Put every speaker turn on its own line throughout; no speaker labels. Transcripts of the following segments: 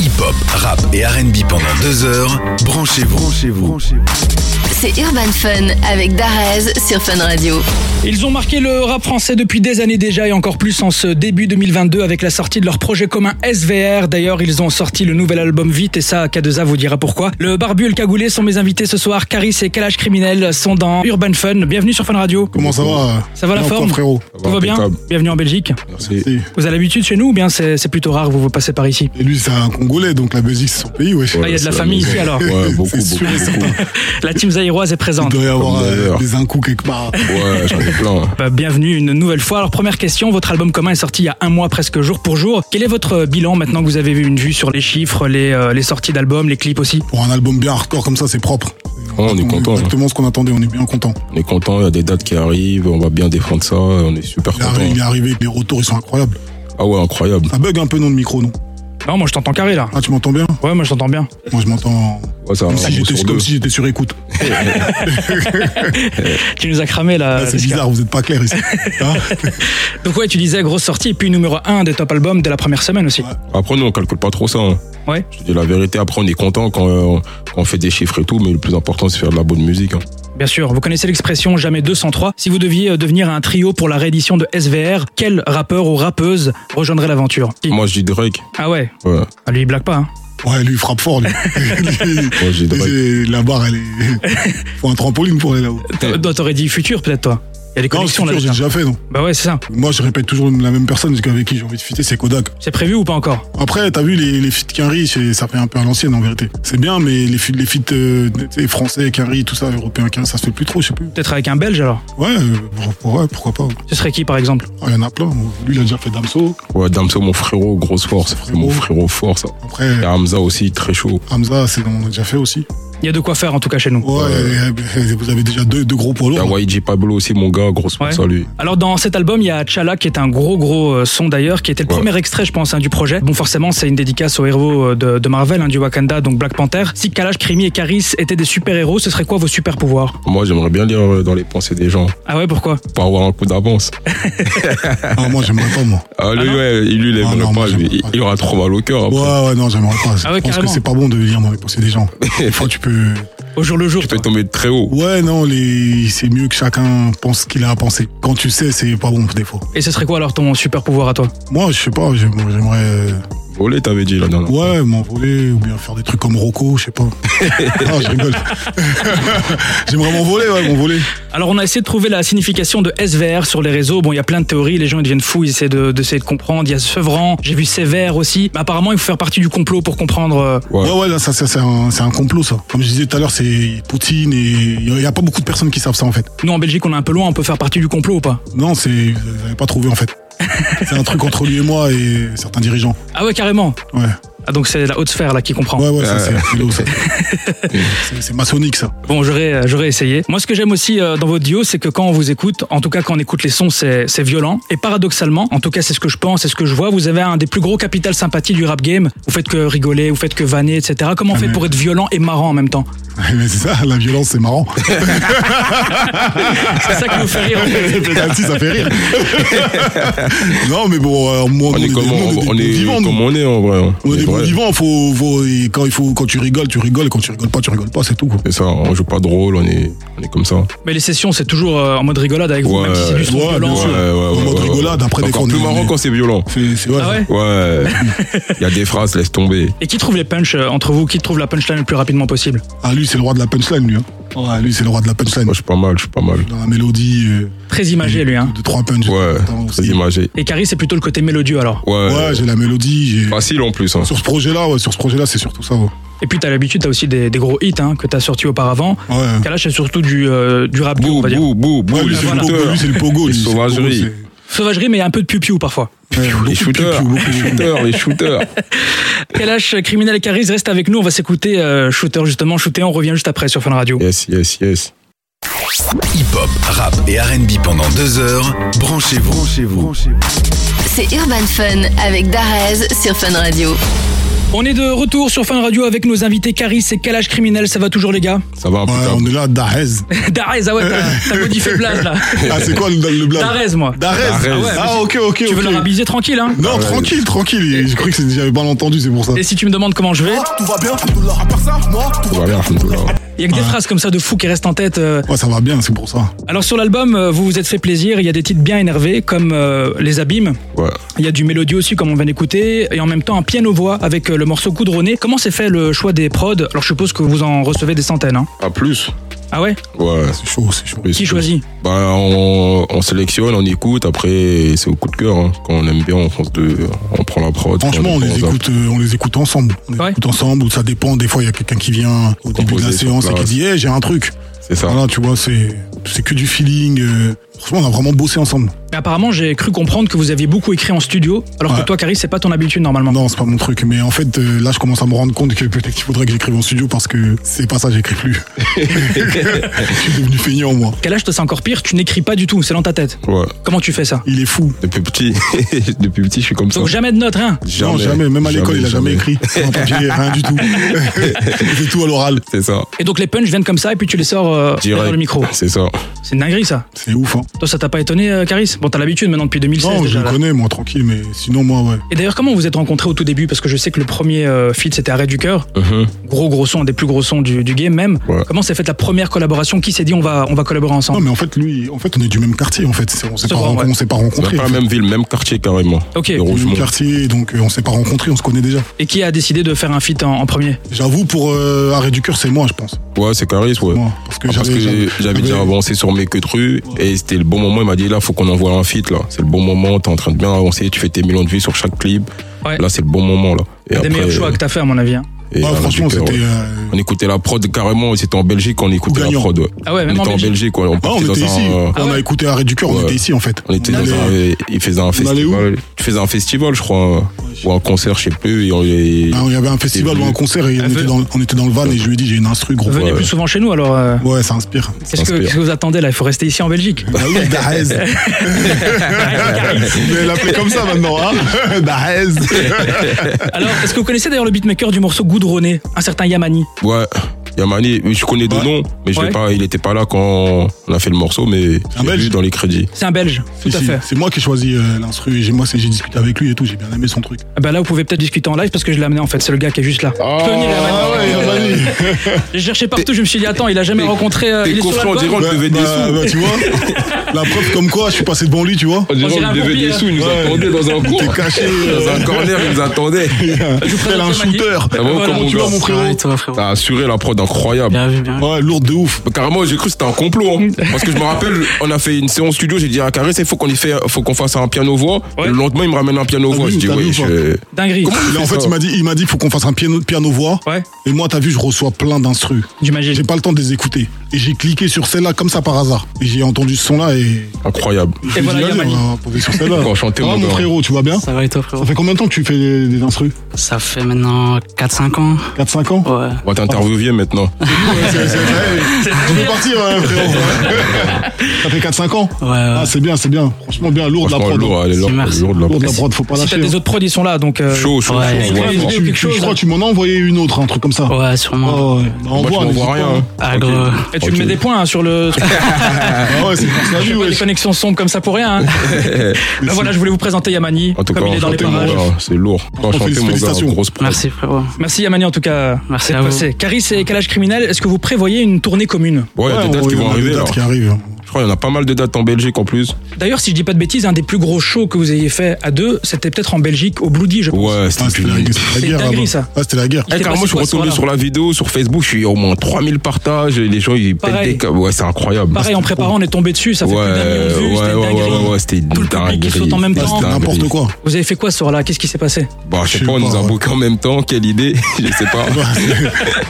Hip-hop, rap et RB pendant deux heures. Branchez-vous. Branchez-vous.
C'est Urban Fun avec Darez sur Fun Radio.
Ils ont marqué le rap français depuis des années déjà et encore plus en ce début 2022 avec la sortie de leur projet commun SVR. D'ailleurs, ils ont sorti le nouvel album vite et ça, K2A vous dira pourquoi. Le Barbu et le Cagoulé sont mes invités ce soir. Caris et Kalash Criminel sont dans Urban Fun. Bienvenue sur Fun Radio.
Comment ça va
Ça va la
Non, toi,
forme
frérot
Tout va bien
Impeccable.
Bienvenue en Belgique.
Merci.
Si.
Vous avez l'habitude chez nous ou bien c'est c'est plutôt rare, vous vous passez par ici
Et lui, c'est un Congolais, donc la Belgique, c'est son pays, wesh.
Ah, il y a de la
c'est
famille
la
ici alors.
Ouais, beaucoup,
C'est sûr
beaucoup,
et
beaucoup.
La team zaïroise est
Il
présente.
doit y avoir euh,
d'ailleurs.
des incous quelque part.
Ouais, j'en ai plein.
Bah, Bienvenue une nouvelle fois. Alors première question, votre album commun est sorti il y a un mois presque jour pour jour. Quel est votre bilan maintenant que vous avez vu une vue sur les chiffres, les, euh, les sorties d'albums, les clips aussi
Pour un album bien hardcore comme ça, c'est propre.
Ouais, on est content. hein.
Exactement ce qu'on attendait, on est bien content.
On est content, il y a des dates qui arrivent, on va bien défendre ça, on est super
Il, est arri-
content.
il est arrivé, les retours, ils sont incroyables.
Ah ouais, incroyable.
Ça bug un peu, non, le micro, non
Non, moi je t'entends carré là.
Ah, tu m'entends bien
Ouais, moi je t'entends bien.
Moi, je m'entends.
Ouais, ça,
Comme,
un
si
mot
j'étais-
Ah, sur
comme
deux.
si j'étais sur écoute.
Tu nous as cramé là.
Là, c'est
Desca.
bizarre, vous êtes pas clair ici. Hein
Donc ouais, tu disais grosse sortie et puis numéro 1 des top albums de la première semaine aussi.
Après, nous, on calcule pas trop ça. hein.
Ouais.
Je te dis la vérité, après, on est content quand, euh, on- quand on fait des chiffres et tout, mais le plus important, c'est faire de la bonne musique. hein.
Bien sûr, vous connaissez l'expression jamais 203. Si vous deviez euh, devenir un trio pour la réédition de SVR, quel rappeur ou rappeuse rejoindrait l'aventure Qui
Moi, je dis Drake.
Ah ouais,
Ouais,
Ah, lui il blague pas. hein.
ouais, lui, il frappe fort, lui. Lui,
moi, je dis Drake.
c'est- la barre, elle est. Faut un trampoline pour aller là-haut.
Euh, Toi, T'aurais dit futur peut-être toi. Il y a des
Non,
connexions
c'est sûr,
là
j'ai déjà fait, non
Bah ouais, c'est ça.
Moi, je répète toujours la même personne parce qu'avec qui j'ai envie de fitter, c'est Kodak.
C'est prévu ou pas encore
Après, t'as vu les, les feats Quinry, c'est- ça fait un peu à l'ancienne en vérité. C'est bien, mais les, feats- les feats euh, tu sais, français, Quinry, tout ça, européen, Quinry, ça se fait plus trop, je sais plus.
Peut-être avec un Belge alors
Ouais, euh, pour- ouais, pourquoi pas. hein.
Ce serait qui par exemple
Ah, Il y en a plein. Lui, il a déjà fait Damso.
Ouais, Damso, mon frérot, grosse force. C'est mon frérot force.
Après,
Et Hamza aussi, très chaud.
Hamza, c'est on a déjà fait aussi.
Il y a de quoi faire en tout cas chez nous.
Ouais, euh, euh, vous avez déjà deux, deux gros hein. poids
Il y
lourds.
a YG Pablo aussi, mon gars, grosse force
Ouais.
à lui.
Alors dans cet album, il y a Chala qui est un gros gros euh, son d'ailleurs, qui était le
Ouais.
premier extrait je pense hein, du projet. Bon forcément c'est une dédicace aux héros euh, de, de Marvel, hein, du Wakanda, donc Black Panther. Si Kalash, Krimi et Karis étaient des super-héros, ce serait quoi vos super-pouvoirs
Moi, j'aimerais bien lire euh, dans les pensées des gens,
Ah ouais pourquoi
pour avoir un coup d'avance.
Ah, moi, j'aimerais pas, moi.
Ah, lui, ouais, lui, il
Ah,
aimerait
non, moi,
pas. lui.
j'aime
Il,
pas.
il aura trop mal au cœur après.
Ouais, ouais, non, j'aimerais pas. Je
Ah ouais,
pense que
carrément.
c'est pas bon de lire dans les pensées des gens. Des fois, tu peux.
Au jour le jour.
Tu peux
toi.
tomber de très haut.
Ouais, non, les... c'est mieux que chacun pense ce qu'il a à penser. Quand tu sais, c'est pas bon, des fois.
Et ce serait quoi alors ton super-pouvoir à toi
Moi, je sais pas, j'aime- j'aimerais. euh,
Voler, t'avais dit là dernière fois.
Ouais, m'envoler ou bien faire des trucs comme Rocco, je sais pas. non, je rigole. J'aimerais m'envoler, ouais, m'envoler.
Alors on a essayé de trouver la signification de SVR sur les réseaux. Bon, il y a plein de théories, les gens ils deviennent fous, ils essaient de, d'essayer de comprendre. Il y a Sevran, j'ai vu Sévère aussi. Mais apparemment, il faut faire partie du complot pour comprendre. euh,
Ouais.
Ouais, ouais, là, ça, ça, c'est un, c'est un complot, ça. Comme je disais tout à l'heure, c'est Poutine et il y a pas beaucoup de personnes qui savent ça, en fait.
Nous en Belgique, on est un peu loin, on peut faire partie du complot ou pas
Non, c'est, vous avez pas trouvé, en fait. C'est un truc entre lui et moi et certains dirigeants.
Ah ouais, carrément.
Ouais.
Ah donc c'est la haute sphère là qui comprend.
Ouais, ouais, ça,
Euh.
c'est philo, ça. C'est- C'est maçonnique, ça.
Bon, j'aurais, euh, j'aurais essayé. Moi, ce que j'aime aussi euh, dans vos duos, c'est que quand on vous écoute, en tout cas quand on écoute les sons, c'est, c'est violent. Et paradoxalement, en tout cas, c'est ce que je pense, c'est ce que je vois, vous avez un des plus gros capital sympathie du rap game. Vous faites que rigoler, vous faites que vanner, etc. Comment on fait
mais-
pour être violent et marrant en même temps
Mais c'est ça, la violence, c'est marrant.
C'est ça qui nous fait rire. en fait.
Pénalty, ça fait rire. non, mais bon, euh, moi,
On est
des-
comment
nous,
on,
des-
on
des
est
vivants, nous.
comme on est en vrai. hein.
On est des
C'est
bons
vrai.
vivants, faut, faut- et quand, il faut, quand tu rigoles, tu rigoles, quand tu rigoles pas, tu rigoles pas, c'est tout. Quoi.
C'est ça, on joue pas de rôle, on est, on est comme ça.
Mais les sessions, c'est toujours euh, en mode rigolade avec vous,
Ouais,
même si c'est du son
ouais,
violent.
bien sûr. En mode rigolade, après, dès
Encore
qu'on
plus
est-
marrant quand c'est violent.
C'est, c'est,
Ah ouais
Ouais. Il y a des phrases, laisse tomber.
Et qui trouve les punchs euh, entre vous Qui trouve la punchline le plus rapidement possible
Ah, lui, c'est le roi de la punchline, lui. Hein. Ouais, lui, c'est le roi de la punchline.
Moi, je suis pas mal, je suis pas mal.
Dans la mélodie euh,
Très imagé, lui. Hein.
de trois punches.
Ouais,
Attends,
très
aussi.
imagé.
Et Carrie, c'est plutôt le côté mélodieux alors.
Ouais.
Ouais, j'ai la mélodie. j'ai-
Facile en plus. hein.
Sur ce projet-là, ouais, sur ce projet-là, c'est surtout ça. Ouais.
Et puis, t'as l'habitude, t'as aussi des, des gros hits hein, que t'as sortis auparavant.
Ouais.
Kalash, c'est surtout du, euh, du rap bio, on
Bou,
va dire.
bou, bou, bou,
Ouais, lui,
les
c'est
voilà.
le pogo,
shooters.
lui, c'est le pogo. lui,
Les
c'est le pogo,
sauvageries.
c'est-
Sauvagerie, mais un peu de piou-piou parfois.
Ouais, beaucoup
Les
de
shooters,
pipi, beaucoup
les
de-
shooters, les shooters.
Kalash, euh, Criminel et Caris, reste avec nous. On va s'écouter euh, Shooter, justement. Shooter, on revient juste après sur Fun Radio.
Yes, yes, yes.
Hip-hop, rap et RB pendant deux heures. Branchez-vous. Branchez-vous.
C'est Urban Fun avec Darez sur Fun Radio.
On est de retour sur Fun Radio avec nos invités Caris et Calage Criminel. Ça va toujours, les gars
Ça va,
Ouais,
putain.
on est là à Dahez.
Darez, ah ouais, t'as- t'as modifié le blaze là.
Ah, c'est quoi le, le blague
Darez, moi.
Darez.
Darès.
Ah,
Ah ouais,
mais
ok, ok,
Tu veux
ok.
l'arabiser tranquille, hein
Non, tranquille, tranquille. J'ai cru que c'était- j'avais mal entendu, c'est pour ça.
Et si tu me demandes comment je vais,
Tout va bien, Alhamdoulilah. À part ça, moi, tout va
Voilà, Alhamdoulilah.
il y a que des phrases comme ça de fou qui restent en tête. euh.
Ouais, ça va bien, c'est pour ça.
Alors sur l'album, euh, vous vous êtes fait plaisir, il y a des titres bien énervés comme euh, Les Abîmes,
Ouais.
il y a du mélodie aussi comme on vient d'écouter, et en même temps un piano-voix avec euh, le morceau Coudronné. Comment s'est fait le choix des prods Alors je suppose que vous en recevez des centaines. Hein.
À plus.
Ah ouais
Ouais.
C'est chaud, c'est chaud.
plus,
Qui
plus.
choisit
Bah, on, on sélectionne, on écoute. Après, c'est au coup de cœur. hein. Quand on aime bien, on pense de, on prend la prod.
Franchement, on
prend-
les
prend-
écoute, euh, on les écoute ensemble. On les
Ouais.
écoute ensemble. Ou ça dépend. Des fois, il y a quelqu'un qui vient au début de la
Composer sur
séance et qui
place.
dit, hey, j'ai un truc.
C'est ça.
Voilà, tu vois, c'est c'est que du feeling. euh. Franchement, on a vraiment bossé ensemble.
Mais apparemment j'ai cru comprendre que vous aviez beaucoup écrit en studio, alors que
Ouais.
toi Caris c'est pas ton habitude normalement.
Non, c'est pas mon truc. Mais en fait, euh, là, je commence à me rendre compte que peut-être qu'il faudrait que j'écrive en studio parce que c'est pas ça, j'écris plus. je suis devenu feignant, moi.
Quel âge toi c'est encore pire, tu n'écris pas du tout, c'est dans ta tête.
Ouais.
Comment tu fais ça
Il est fou.
Depuis petit, depuis petit, je suis comme ça.
Donc jamais de notes, rien.
non, jamais. Même à l'école, il a jamais, écrit. Sur un papier, rien du tout. c'est tout à l'oral.
C'est ça.
Et donc les punchs viennent comme ça et puis tu les sors euh,
Direct.
derrière le micro.
C'est ça.
C'est une dinguerie ça.
C'est ouf, hein.
Toi ça t'a pas étonné euh, Caris Bon t'as l'habitude maintenant depuis 2016
Non, je
déjà.
le
là.
connais, moi, tranquille. Mais sinon, moi, ouais.
Et d'ailleurs comment vous vous êtes rencontrés au tout début Parce que je sais que le premier euh, feat c'était Arrêt du cœur,
Mhm.
gros gros son, un des plus gros sons du, du game même.
Ouais.
Comment s'est faite la première collaboration Qui s'est dit on va, on va collaborer
Non,
ensemble
mais en fait, lui, en fait, on est du même quartier, en fait. C'est- On s'est
C'est
pas,
vrai,
rencontrés-
ouais.
on s'est pas
On n'a
rencontrés.
Bah, pas la même ville, même quartier carrément.
Ok.
Et
On est du
Rougemont.
même quartier, donc euh, on s'est pas rencontrés, on se connaît
Ah.
déjà.
Et qui a décidé de faire un feat en, en premier
J'avoue, pour euh, Arrêt du cœur, c'est moi, je pense.
Ouais, c'est Caris, ouais.
Moi, parce que
Ah, parce
j'avais-
que j'avais déjà avancé sur mes queues de rue et c'était le bon moment. Il m'a dit là, faut qu'on envoie un feat là. C'est le bon moment. T'es en train de bien avancer. Tu fais tes millions de vues sur chaque clip.
Ouais.
Là, c'est le bon moment là. Et
Des meilleurs choix que t'as fait à mon avis. hein.
et
Ouais,
Arrête
Ah, franchement,
du cœur,
c'était.
ouais.
euh,
On écoutait la prod carrément. et C'était en Belgique. On écoutait la
gagnant.
prod. ouais.
Ah ouais,
on
même
était
en
en
Belgique.
Belgique. ouais. On,
Ah,
partait
on
dans
était
un,
ici.
euh,
Ah
On a
ouais.
écouté Arrêt du cœur, on
Ouais.
était ici, en fait.
On était
On
dans
allait-
un, il faisait un
allait où
festival. Tu faisais un festival, je crois, euh, ou un concert, je sais plus. et on- et-
Ah, Il y avait un festival
Et
ou un
vous-
concert et on
Elle veut-
était, dans, on était dans le van et je lui ai dit j'ai une instru gros.
Ah, Venez
Ouais.
plus souvent chez nous alors. euh,
Ouais, ça inspire.
Qu'est-ce que,
S'inspire.
qu'est-ce que vous attendez là Il faut rester ici en Belgique.
Bah oui, Dahez. Mais l'appeler comme ça maintenant, hein Dahez.
Alors, est-ce que vous connaissez d'ailleurs le beatmaker du morceau Goudronné, un certain Yamani
Ouais, Yamani, oui, je connais deux
Ouais.
noms, mais je l'ai
Ouais.
pas, il était pas là quand on a fait le morceau, mais
Un
j'ai
Belge.
vu dans les crédits.
C'est un Belge, tout
Si,
à
si,
fait.
C'est moi qui ai choisi euh, l'instru et j'ai- moi c'est- j'ai discuté avec lui et tout, j'ai bien aimé son truc.
Ah Bah là, vous pouvez peut-être discuter en live parce que je l'ai amené en fait. C'est le gars qui est juste là.
Ah,
Tony Lehman.
Ah
J'ai cherché partout. Je me suis dit attends, il a jamais rencontré. euh,
t'es
il est sur
confiant, on
l'album
dirait, on
Bah,
devait des
bah,
sous.
bah, tu vois La preuve comme quoi je suis passé devant lui, tu vois
On
dirait, on lui devait des sous,
il nous attendait dans un coin.
Caché euh,
Dans un corner, il nous attendait.
tel un
Yamani.
shooter.
Ça va,
Voilà,
Ah comment
Tu vois
on va hein.
mon frérot
Ouais, ça va, frérot.
T'as assuré la prod incroyable.
Bien vu, bien vu.
Ouais, lourde de ouf.
Carrément, j'ai cru que c'était un complot. hein. Parce que je me rappelle, on a fait une séance studio, j'ai dit à Carré, il faut qu'on y fait, faut qu'on fasse un piano voix.
Ouais.
Le lendemain, il me ramène un piano voix.
vu,
Je dis euh,
t'as vu
oui,
ou pas
je
Dinguerie.
Et là, en
fais
fait,
ça
il m'a dit, il m'a dit, faut qu'on fasse un piano, piano voix.
Ouais,
Et moi, t'as vu, je reçois plein d'instrus. J'ai
j'imagine.
pas le temps de les écouter. Et j'ai cliqué sur celle-là comme ça par hasard. Et j'ai entendu ce son-là et.
incroyable.
je me suis
voilà,
dit, allez,
Yamani.
on va poser sur celle-là.
Encore chanté,
Ah,
mon
mon
gars.
frérot, tu vas bien
Ça va et toi, frérot
Ça fait combien de temps que tu fais des, des instrus
Ça fait maintenant 4-5 ans.
4-5 ans
Ouais.
On va t'interviewer maintenant.
C'est- c'est- c'est- Tu peux partir, euh, frérot. Ça fait 4-5 ans
Ouais, ouais.
Ah, c'est bien, c'est bien. Franchement, bien lourd de la
Franchement,
prod. hein.
lourd, elle est lourde,
Merci.
lourde, la prod.
Lourd de la prod, faut pas
Si t'as
lâcher.
des autres prods, ils sont là. Donc euh,
Chaud, chaud,
Ouais,
chaud.
écrit,
ouais.
autres-
Tu- tu-
hein.
Je crois que tu m'en as envoyé une autre, un truc comme ça.
Ouais, sûrement.
Ah ouais. Bah,
Moi, je
envoie,
m'envoie
n'hésite
rien.
pas, hein.
hein.
Agro.
et tu
Ok.
me mets des points hein, sur le.
Ah ouais, c'est pour ça,
J'ai
oui,
pas
ouais.
des connexions sombres comme ça pour rien. hein. Là voilà, je voulais vous présenter Yamani.
hein. En tout cas,
comme il est dans les
enchanté, mon
parages.
gars. hein. C'est lourd. Enchanté, mon gars. hein,
félicitations.
Grosse prod.
Merci, frérot.
Merci Yamani en tout cas.
Merci
d'être
à vous.
passé. Caris et Calage Criminel, est-ce que vous prévoyez une tournée commune
Ouais, il y a
Ouais,
des dates
on-
qui
on
vont
a des
arriver.
dates
là.
qui arrivent.
Je crois qu'il y en a pas mal de dates en Belgique en plus.
D'ailleurs, si je dis pas de bêtises, un des plus gros shows que vous ayez fait à deux, c'était peut-être en Belgique, au Bloody, je pense.
Ouais, c'était
Ah, c'était la,
fini.
c'était la
C'est
guerre.
dinguerie,
là-bas.
ça.
Ah, c'était la guerre.
Il
Eh,
s'est
carrément,
passé
je suis
quoi ce
retourné
soir-là
sur la vidéo, sur Facebook, je suis au moins 3000 partages, et les gens ils pètent
Pareil.
des câbles. Ouais, c'est incroyable.
Pareil, en préparant, on est tombé dessus, ça fait
ouais,
plus d'un million de vues,
ouais,
c'était
ouais,
dinguerie.
ouais, ouais, c'était une
Tout le public qui
dinguerie.
saute en même
C'était
temps.
une
N'importe
dinguerie.
quoi.
Vous avez fait quoi ce soir-là Qu'est-ce qui s'est passé
Bah, je
Je
sais
sais
pas, on nous
pas,
a
ouais.
bouqué en même temps, quelle idée, je sais pas.
Ouais,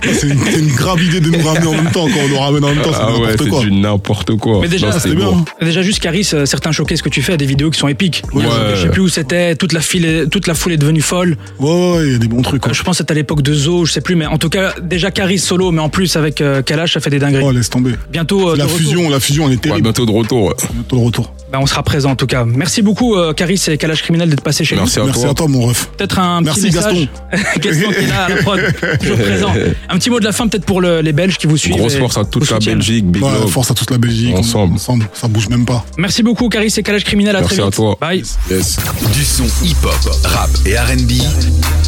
c'est- c'est une, c'est une grave idée de nous ramener en même temps quand on nous ramène en même temps, c'est
Ah ouais,
n'importe
c'est
quoi.
du n'importe quoi.
Mais déjà,
Non, c'était
c'est bien.
lourd.
hein.
Déjà juste Caris, euh, certains choqués ce que tu fais à des vidéos qui sont épiques.
Ouais.
Je sais plus où c'était, toute la, file est- toute la foule est devenue folle.
Ouais, ouais, il y a des bons trucs.
Euh,
quoi.
Je pense que c'était à l'époque de Zo, je sais plus, mais en tout cas déjà Caris solo, mais en plus avec euh, Kalash, ça fait des dingueries.
Oh, laisse tomber.
Bientôt euh,
la
de retour.
fusion, la fusion, elle est
Ouais,
terrible.
bientôt de retour. ouais.
Bientôt le retour.
Bah, on sera présent en tout cas. Merci beaucoup euh, Caris et Kalash criminel d'être passé chez
Merci à
Merci
toi.
à toi, mon ref.
nous. Peut-être un
Merci,
petit message. Gaston qui est là à la prod, toujours présent. Un petit mot de la fin peut-être pour le- les Belges qui vous suivent.
Grosse
et
force à toute
vous
la
soutiennent.
Belgique, Big
Ouais,
Love.
force à toute la Belgique. on est
Ensemble.
Ensemble. Ça bouge même pas.
Merci beaucoup Caris et Kalash criminel. À
Merci
très
à
vite.
toi.
Bye.
Yes.
Du son hip-hop, rap et RB,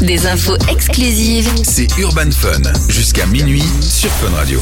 Des infos exclusives
c'est Urban Fun. Jusqu'à minuit sur Fun Radio.